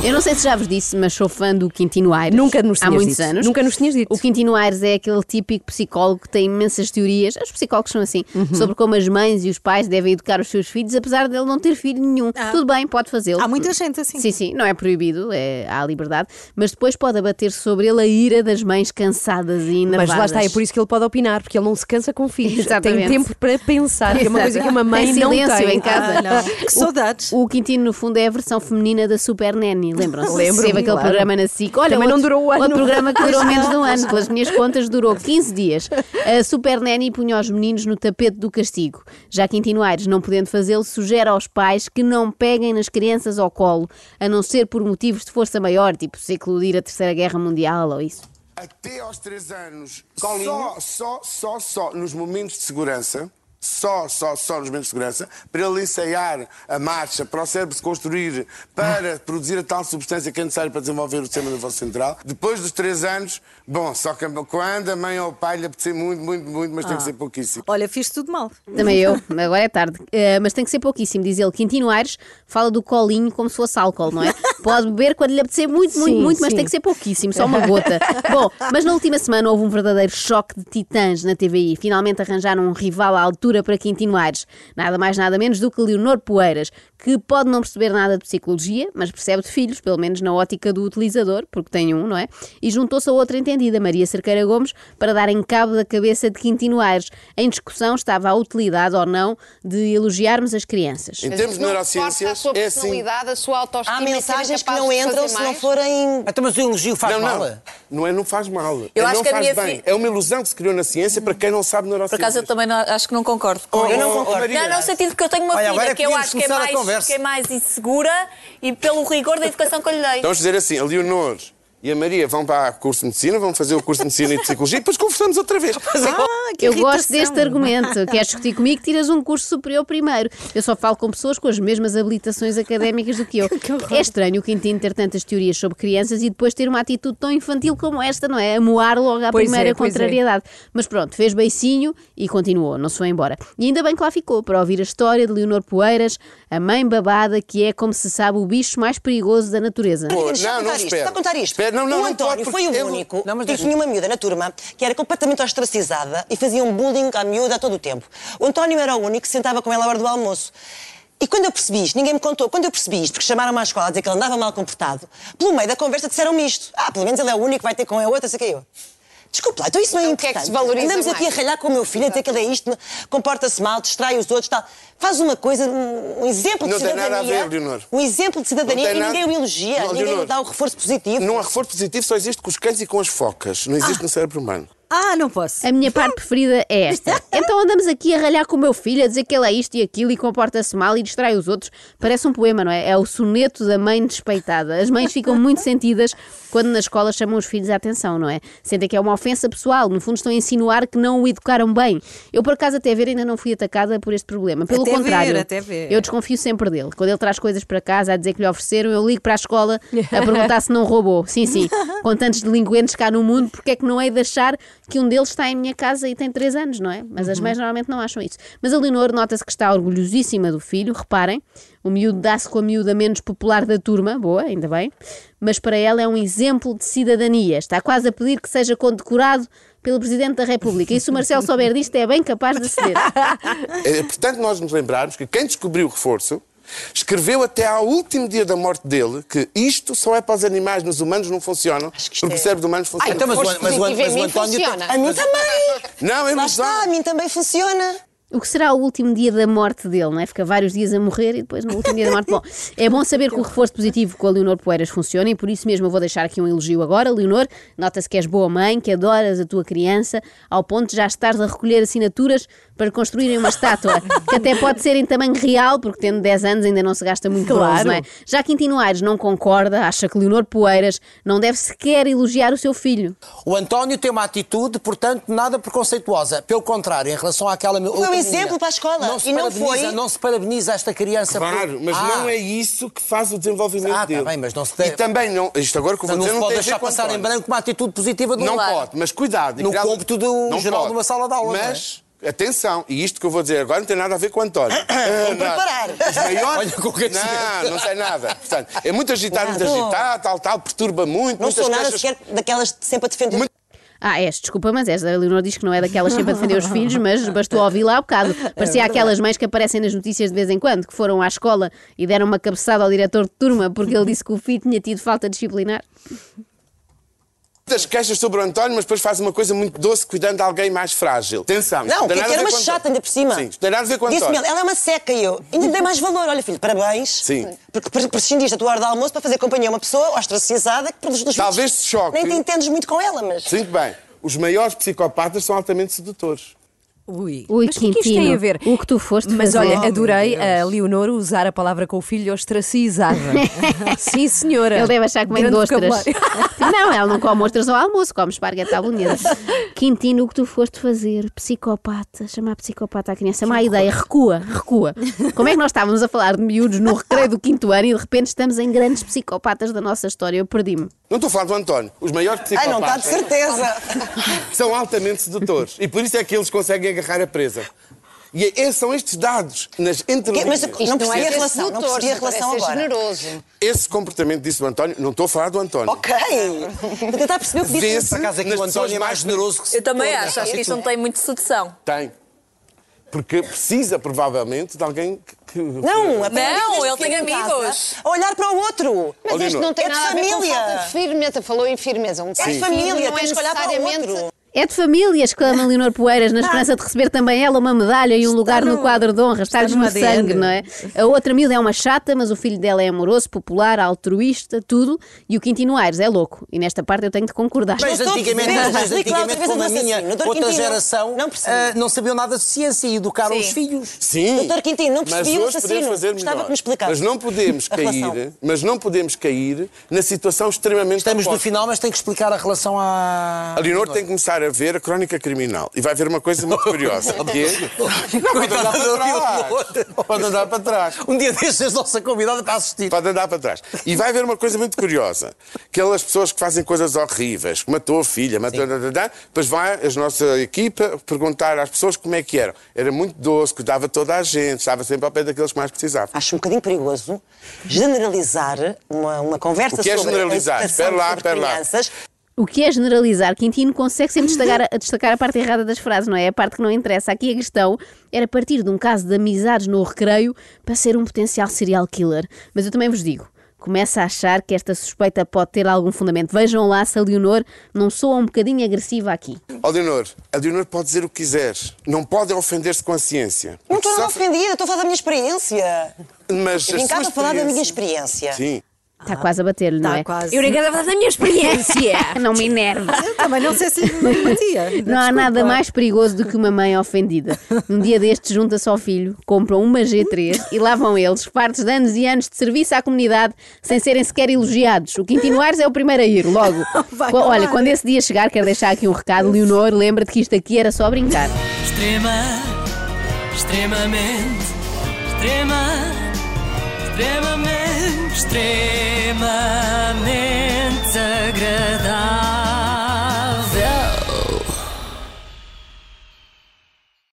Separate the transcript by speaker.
Speaker 1: Eu não sei se já vos disse, mas sou fã do Quintino Aires.
Speaker 2: Nunca nos
Speaker 1: Há
Speaker 2: tinhas
Speaker 1: muitos
Speaker 2: dito.
Speaker 1: anos.
Speaker 2: Nunca nos tinhas dito.
Speaker 1: O Quintino Aires é aquele típico psicólogo que tem imensas teorias, os psicólogos são assim,
Speaker 2: Uhum.
Speaker 1: sobre como as mães e os pais devem educar os seus filhos, apesar dele não ter filho nenhum.
Speaker 2: Ah.
Speaker 1: Tudo bem, pode fazê-lo.
Speaker 3: Há muita gente assim.
Speaker 1: Sim, sim, não é proibido, é, há liberdade, mas depois pode abater sobre ele a ira das mães cansadas e enervadas.
Speaker 2: Mas lá está, é por isso que ele pode opinar, porque ele não se cansa com filhos.
Speaker 1: Exatamente.
Speaker 2: Tem tempo para pensar, que é uma
Speaker 1: Exato.
Speaker 2: coisa que uma mãe
Speaker 1: Tem
Speaker 2: não
Speaker 1: silêncio
Speaker 2: tem.
Speaker 1: em casa.
Speaker 3: Ah, não. Que saudades.
Speaker 1: O Quintino, no fundo, é a versão feminina da Super Nanny, lembram-se?
Speaker 2: Lembro-me,
Speaker 1: Teve aquele
Speaker 2: claro.
Speaker 1: programa na SIC. Olha,
Speaker 2: Também não durou o ano.
Speaker 1: Outro programa que durou menos de um ano, pelas minhas contas, durou 15 dias. A Super Nanny punha os meninos no tapete do castigo. Já Quintino Aires, não podendo fazê-lo, sugere aos pais que não peguem nas crianças ao colo, a não ser por motivos de força maior, tipo se eclodir a Terceira Guerra Mundial ou isso.
Speaker 4: até aos 3 anos, só, só, só, só nos momentos de segurança, só, só, só nos momentos de segurança, para ele ensaiar a marcha, para o cérebro se construir, para
Speaker 5: Ah.
Speaker 4: produzir a tal substância que é necessária para desenvolver o sistema nervoso central. Depois dos 3 anos, bom, só que quando a mãe ou o pai lhe apetecer muito, muito, muito, mas tem
Speaker 5: Ah.
Speaker 4: que ser pouquíssimo.
Speaker 3: Olha, fiz tudo mal.
Speaker 1: Também eu, agora é tarde. Eh, mas tem que ser pouquíssimo, diz ele. Quintino Aires fala do colinho como se fosse álcool, não é? Pode beber quando lhe apetecer muito, muito,
Speaker 2: Sim,
Speaker 1: muito, mas
Speaker 2: sim.
Speaker 1: tem que ser pouquíssimo, só uma gota. Bom, mas na última semana houve um verdadeiro choque de titãs na TVI. Finalmente arranjaram um rival à altura para Quintino Aires. Nada mais, nada menos do que Leonor Poeiras, que pode não perceber nada de psicologia, mas percebe de filhos, pelo menos na ótica do utilizador, porque tem um, não é? E juntou-se a outra entendida, Maria Cerqueira Gomes, para dar em cabo da cabeça de Quintino Aires. Em discussão estava a utilidade ou não de elogiarmos as crianças.
Speaker 4: Em termos de
Speaker 6: Não reforça a
Speaker 4: neurociências,
Speaker 6: sua
Speaker 4: é assim.
Speaker 6: personalidade, a sua autoestima.
Speaker 7: Há
Speaker 6: e serem
Speaker 7: mensagens que
Speaker 6: capazes
Speaker 7: não
Speaker 6: de fazer
Speaker 7: entram se não
Speaker 6: mais.
Speaker 7: forem.
Speaker 8: Então, mas o elogio faz
Speaker 4: Não,
Speaker 8: mal?
Speaker 4: não, não é, não faz mal.
Speaker 5: Eu
Speaker 4: é,
Speaker 5: acho
Speaker 4: não
Speaker 5: que a
Speaker 4: faz
Speaker 5: minha
Speaker 4: bem.
Speaker 5: fi-
Speaker 4: É uma ilusão que se criou na ciência para quem não sabe
Speaker 5: Por
Speaker 4: neurociências.
Speaker 5: acaso eu também não- acho que não concordo com
Speaker 4: Oh,
Speaker 5: ele.
Speaker 4: eu não concordo.
Speaker 5: Não, não, no sentido que eu tenho uma
Speaker 8: Olha,
Speaker 5: filha
Speaker 8: agora
Speaker 5: que eu
Speaker 8: podíamos
Speaker 5: acho que é,
Speaker 8: começar a
Speaker 5: mais,
Speaker 8: conversa.
Speaker 5: que é mais insegura e pelo rigor da educação que eu lhe dei.
Speaker 1: Então
Speaker 4: Vamos dizer assim, a Leonor e a Maria vão para o curso de medicina, vão fazer o curso de medicina e de psicologia e depois conversamos outra vez.
Speaker 6: é.
Speaker 3: Ah, que
Speaker 1: Eu
Speaker 3: irritação.
Speaker 1: gosto deste argumento. Queres discutir comigo? Tiras um curso superior primeiro. Eu só falo com pessoas com as mesmas habilitações académicas do que eu. é estranho o Quintino ter tantas teorias sobre crianças e depois ter uma atitude tão infantil como esta, não é? A moar logo à
Speaker 2: Pois é,
Speaker 1: primeira
Speaker 2: pois é.
Speaker 1: contrariedade. Mas pronto, fez beicinho e continuou, não se foi embora. E ainda bem que lá ficou para ouvir a história de Leonor Poeiras, a mãe babada, que é, como se sabe, o bicho mais perigoso da natureza.
Speaker 4: Pô,
Speaker 7: Deixa-me
Speaker 4: não,
Speaker 7: contar
Speaker 4: não
Speaker 7: isto,
Speaker 4: espera.
Speaker 7: deixa-me contar isto.
Speaker 4: Espera, não, não,
Speaker 7: o
Speaker 4: não
Speaker 7: António
Speaker 4: pode,
Speaker 7: foi o
Speaker 4: porque eu-
Speaker 7: único
Speaker 8: Não, mas
Speaker 7: que tinha uma miúda na turma que era completamente ostracizada e fazia um bullying à miúda a todo o tempo. O António era o único que sentava com ela à hora do almoço. E quando eu percebi isto, ninguém me contou, quando eu percebi isto, porque chamaram-me à escola a dizer que ele andava mal comportado, pelo meio da conversa disseram-me isto. Ah, pelo menos ele é o único, vai ter com a outra, sei que eu. Desculpa lá, então isso não é
Speaker 6: Então o que é
Speaker 7: importante.
Speaker 6: que se valoriza
Speaker 7: Andamos aqui a
Speaker 6: mais?
Speaker 7: ralhar com o meu filho, a dizer que ele é isto, comporta-se mal, distrai os outros, tal. Faz uma coisa, um um exemplo
Speaker 4: Não
Speaker 7: de
Speaker 4: tem
Speaker 7: cidadania.
Speaker 4: nada a ver, Leonor.
Speaker 7: Um exemplo de
Speaker 4: Não
Speaker 7: cidadania que
Speaker 4: tem
Speaker 7: ninguém o
Speaker 4: nada-
Speaker 7: elogia,
Speaker 4: Não,
Speaker 7: ninguém
Speaker 4: Leonor.
Speaker 7: lhe dá o reforço positivo.
Speaker 4: Não há reforço positivo, só existe com os cães e com as focas. Não existe no cérebro humano.
Speaker 3: Ah, não posso.
Speaker 1: A minha parte preferida é esta. Então andamos aqui a ralhar com o meu filho, a dizer que ele é isto e aquilo e comporta-se mal e distrai os outros. Parece um poema, não é? É o soneto da mãe despeitada. As mães ficam muito sentidas quando na escola chamam os filhos à atenção, não é? Sentem que é uma ofensa pessoal. No fundo, estão a insinuar que não o educaram bem. Eu, por acaso, até ver, ainda não fui atacada por este problema. Pelo
Speaker 3: Até ver,
Speaker 1: contrário,
Speaker 3: até ver.
Speaker 1: eu desconfio sempre dele. Quando ele traz coisas para casa a dizer que lhe ofereceram, eu ligo para a escola a perguntar se não roubou. Sim, sim. Com tantos delinquentes cá no mundo, porque é que não hei de achar que um deles está em minha casa e tem 3 anos, não é? Mas
Speaker 3: Uhum.
Speaker 1: as mães normalmente não acham isso. Mas a Leonor nota-se que está orgulhosíssima do filho, reparem. O miúdo dá-se com a miúda menos popular da turma, boa, ainda bem. Mas para ela é um exemplo de cidadania. Está quase a pedir que seja condecorado pelo Presidente da República. E se o Marcelo souber disto, é bem capaz de aceder.
Speaker 4: É importante nós nos lembrarmos que quem descobriu o reforço escreveu até ao último dia da morte dele que isto só é para os animais, nos humanos não funcionam,
Speaker 7: Acho que isto
Speaker 4: porque o
Speaker 7: é-
Speaker 4: cérebro de humanos funciona.
Speaker 8: Então, mas, o- mas, o- mas,
Speaker 6: positivo em
Speaker 8: o
Speaker 6: mim
Speaker 8: António.
Speaker 6: funciona.
Speaker 7: A mim também!
Speaker 4: Não, é
Speaker 7: Lá
Speaker 4: ilusão.
Speaker 7: está, a mim também funciona.
Speaker 1: O que será o último dia da morte dele, não é? Fica vários dias a morrer e depois no último dia da morte. Bom, é bom saber que o reforço positivo com a Leonor Poeiras funciona e por isso mesmo eu vou deixar aqui um elogio agora. Leonor, nota-se que és boa mãe, que adoras a tua criança, ao ponto de já estares a recolher assinaturas para construírem uma estátua, que até pode ser em tamanho real, porque tendo 10 anos ainda não se gasta muito
Speaker 2: Claro.
Speaker 1: bronze, não é? Já Quintino Aires não concorda, acha que Leonor Poeiras não deve sequer elogiar o seu filho.
Speaker 8: O António tem uma atitude, portanto, nada preconceituosa. Pelo contrário, em relação àquela.
Speaker 7: Foi um exemplo para a escola.
Speaker 6: Não se
Speaker 7: E não
Speaker 6: parabeniza,
Speaker 7: foi.
Speaker 6: não se parabeniza esta criança. por-
Speaker 4: Claro, mas
Speaker 6: Ah,
Speaker 4: não é isso que faz o desenvolvimento
Speaker 6: Ah, tá
Speaker 4: dele.
Speaker 6: bem, mas não se tem-
Speaker 4: E também não. Isto agora que eu
Speaker 6: portanto,
Speaker 4: vou
Speaker 6: Não
Speaker 4: dizer
Speaker 6: se
Speaker 4: não,
Speaker 6: pode
Speaker 4: tem a
Speaker 6: deixar
Speaker 4: ver com
Speaker 6: passar em
Speaker 4: António.
Speaker 6: branco uma atitude positiva do
Speaker 4: Não
Speaker 6: lado.
Speaker 4: pode, mas cuidado.
Speaker 6: No
Speaker 4: cuidado-
Speaker 6: cômputo
Speaker 7: um
Speaker 6: do
Speaker 4: Não
Speaker 6: geral
Speaker 4: pode.
Speaker 6: de uma sala de aula, não é?
Speaker 4: Mas, atenção, e isto que eu vou dizer agora não tem nada a ver com o António. Vou
Speaker 7: preparar.
Speaker 4: Os maiores...
Speaker 6: Olha com o que é que se
Speaker 4: Não, não sei nada. Portanto, é muito agitado, muito
Speaker 7: Cuidado.
Speaker 4: agitado, tal, tal, perturba muito.
Speaker 7: Não
Speaker 4: muitas
Speaker 7: sou nada
Speaker 4: queixas.
Speaker 7: sequer daquelas de sempre a defender.
Speaker 1: Ah, és, desculpa, mas és. A Leonor diz que não é daquelas sempre a defender os filhos, mas bastou ouvir lá há
Speaker 2: É
Speaker 1: bocado. Parecia aquelas mães que aparecem nas notícias de vez em quando, que foram à escola e deram uma cabeçada ao diretor de turma porque ele disse que o filho tinha tido falta disciplinar.
Speaker 4: Muitas queixas sobre o António, mas depois faz uma coisa muito doce cuidando de alguém mais frágil. Atenção. isto
Speaker 7: Não,
Speaker 4: tem
Speaker 7: que
Speaker 4: nada a
Speaker 7: era
Speaker 4: ver
Speaker 7: uma
Speaker 4: com o
Speaker 7: chata
Speaker 4: António.
Speaker 7: ainda por cima.
Speaker 4: Sim, isto tem nada a ver com o
Speaker 7: Disse-me
Speaker 4: António.
Speaker 7: ele, ela é uma seca e eu. Ainda lhe dei mais valor. Olha, filho, parabéns.
Speaker 4: Sim.
Speaker 7: Porque pre- prescindiste da tua hora de almoço para fazer companhia a uma pessoa ostracizada que produz dos
Speaker 4: Talvez
Speaker 7: filhos.
Speaker 4: te choque.
Speaker 7: Nem te entendes muito com ela, mas.
Speaker 4: Sinto bem. Os maiores psicopatas são altamente sedutores.
Speaker 3: Ui. Oh,
Speaker 1: Ui,
Speaker 2: Mas o que é que isto tem a ver?
Speaker 1: O que tu foste
Speaker 2: Mas
Speaker 1: fazer.
Speaker 2: olha, adorei a Leonor usar a palavra com o filho ostracizada. Sim, senhora.
Speaker 1: Ele deve achar que vem de
Speaker 2: Grande
Speaker 1: ostras.
Speaker 2: vocabulário.
Speaker 1: Não, é ela não come ostras ao almoço, come esparguete à bolonhesa. Quintino, o que tu foste fazer? Psicopata. Chamar psicopata à criança. Má ideia. Recua, recua. Como é que nós estávamos a falar de miúdos no recreio do quinto ano e de repente estamos em grandes psicopatas da nossa história? Eu perdi-me.
Speaker 4: Não estou a falar do António. Os maiores
Speaker 7: Ai, não está
Speaker 4: psicopatas
Speaker 7: de certeza.
Speaker 4: são altamente sedutores. e por isso é que eles conseguem agarrar a presa. E é- esses são estes dados nas entrelinhas.
Speaker 7: Mas não
Speaker 8: Isto
Speaker 7: percebi
Speaker 8: é
Speaker 7: a relação. Não
Speaker 8: sedutor,
Speaker 7: percebi a
Speaker 8: isto parece
Speaker 7: relação
Speaker 8: ser
Speaker 7: agora.
Speaker 8: generoso.
Speaker 4: Esse comportamento disse do António, não estou a falar do António.
Speaker 7: Ok. Vou tentar perceber o que disse.
Speaker 4: Vê-se
Speaker 6: Por acaso aqui
Speaker 4: nas
Speaker 6: o
Speaker 4: pessoas
Speaker 6: António é mais
Speaker 4: mais
Speaker 6: generoso que se
Speaker 5: Eu também
Speaker 6: torna.
Speaker 5: acho, acho que isto não tem muito sedução.
Speaker 4: tem. Porque precisa, provavelmente, de alguém que- que...
Speaker 7: Não, apenas
Speaker 5: Não,
Speaker 7: desde
Speaker 5: ele tem
Speaker 7: pequeno é em casa,
Speaker 5: amigos.
Speaker 7: A olhar para o outro.
Speaker 8: Mas
Speaker 4: Olha,
Speaker 8: isto
Speaker 4: Nuno,
Speaker 8: não tem
Speaker 7: é de
Speaker 8: nada a ver com
Speaker 7: família.
Speaker 8: falta de firmeza. Falou em firmeza. Um
Speaker 7: É de família,
Speaker 8: não é
Speaker 7: temos que olhar para o
Speaker 8: necessariamente-
Speaker 7: outro.
Speaker 1: É de família, exclama Leonor Poeiras, na esperança de receber também ela uma medalha e um lugar no,
Speaker 3: no-
Speaker 1: quadro de honra. Está-lhes
Speaker 3: está
Speaker 1: no
Speaker 3: no ADN.
Speaker 1: sangue, não é? A outra miúda é uma chata, mas o filho dela é amoroso, popular, altruísta, tudo. E o Quintino Aires é louco. E nesta parte eu tenho de concordar.
Speaker 6: Mas
Speaker 7: Não estou a
Speaker 6: antigamente,
Speaker 7: perceber.
Speaker 6: mas
Speaker 7: Explica lá outra
Speaker 6: antigamente
Speaker 7: vez
Speaker 6: como
Speaker 7: a
Speaker 6: a
Speaker 7: doença
Speaker 6: minha
Speaker 7: assim. Doutor
Speaker 6: outra
Speaker 7: Quintino,
Speaker 6: geração
Speaker 7: eh, não percebi.
Speaker 6: ah, não sabiam nada de ciência e educaram
Speaker 5: Sim.
Speaker 6: os filhos.
Speaker 4: Sim.
Speaker 7: Doutor Quintino, não
Speaker 4: mas
Speaker 7: percebi o
Speaker 4: hoje podemos
Speaker 7: assassino.
Speaker 4: fazer
Speaker 7: Gostava
Speaker 4: melhor.
Speaker 7: que me explicasse.
Speaker 4: Mas não podemos
Speaker 7: A relação.
Speaker 4: cair, mas não podemos cair na situação extremamente
Speaker 6: Estamos no
Speaker 4: oposta.
Speaker 6: final, mas tem que explicar a relação à.
Speaker 4: A Leonor tem que começar a ver a crónica criminal e vai ver uma coisa muito curiosa. que é- Não, pode andar
Speaker 6: Coitada da
Speaker 4: para
Speaker 6: Leonor.
Speaker 4: trás. Pode andar para trás.
Speaker 6: Um dia deixas nossa convidada para assistir.
Speaker 4: Pode andar para trás. E vai ver uma coisa muito curiosa. Aquelas pessoas que fazem coisas horríveis, que matou a filha, matou... dadadá, Depois vai a nossa equipa perguntar às pessoas como é que eram. Era muito doce, cuidava de toda a gente, estava sempre ao pé daqueles que mais precisavam.
Speaker 7: Acho um bocadinho perigoso generalizar uma, uma conversa
Speaker 4: O que é
Speaker 7: sobre
Speaker 4: generalizar?
Speaker 7: a educação
Speaker 4: Espera lá,
Speaker 7: sobre
Speaker 4: espera lá.
Speaker 7: crianças.
Speaker 1: O que é generalizar? Quintino consegue sempre destacar a, destacar a parte errada das frases, não é? A parte que não interessa. Aqui a questão era partir de um caso de amizades no recreio para ser um potencial serial killer. Mas eu também vos digo. Começa a achar que esta suspeita pode ter algum fundamento. Vejam lá se a Leonor não soa um bocadinho agressiva aqui.
Speaker 4: Ó Leonor, a Leonor pode dizer o que quiser. Não pode ofender-se com a ciência.
Speaker 7: Não estou
Speaker 4: Porque
Speaker 7: nada
Speaker 4: sofre-
Speaker 7: ofendida, estou a falar da minha experiência.
Speaker 4: Mas
Speaker 7: Eu vim
Speaker 4: a
Speaker 7: cá
Speaker 4: sua
Speaker 7: para falar da minha
Speaker 4: experiência-
Speaker 7: experiência.
Speaker 4: Sim.
Speaker 1: Está quase a bater-lhe, não
Speaker 3: Está
Speaker 1: é?
Speaker 3: quase.
Speaker 2: Eu nem quero falar da minha experiência.
Speaker 1: Não me enerva.
Speaker 3: Eu também não sei se lhe
Speaker 1: um-
Speaker 3: batia.
Speaker 1: Não há nada mais perigoso do que uma mãe ofendida. Um dia destes junta-se ao filho, compram uma G3 e lá vão eles, fartos de anos e anos de serviço à comunidade, sem serem sequer elogiados. O Quintino Aires é o primeiro a ir, logo.
Speaker 3: Vai,
Speaker 1: Co- Olha,
Speaker 3: claro.
Speaker 1: quando esse dia chegar, quero deixar aqui um recado. Leonor, lembra-te que isto aqui era só brincar.
Speaker 9: Extrema, extremamente, extrema, extremamente, extremamente agradável.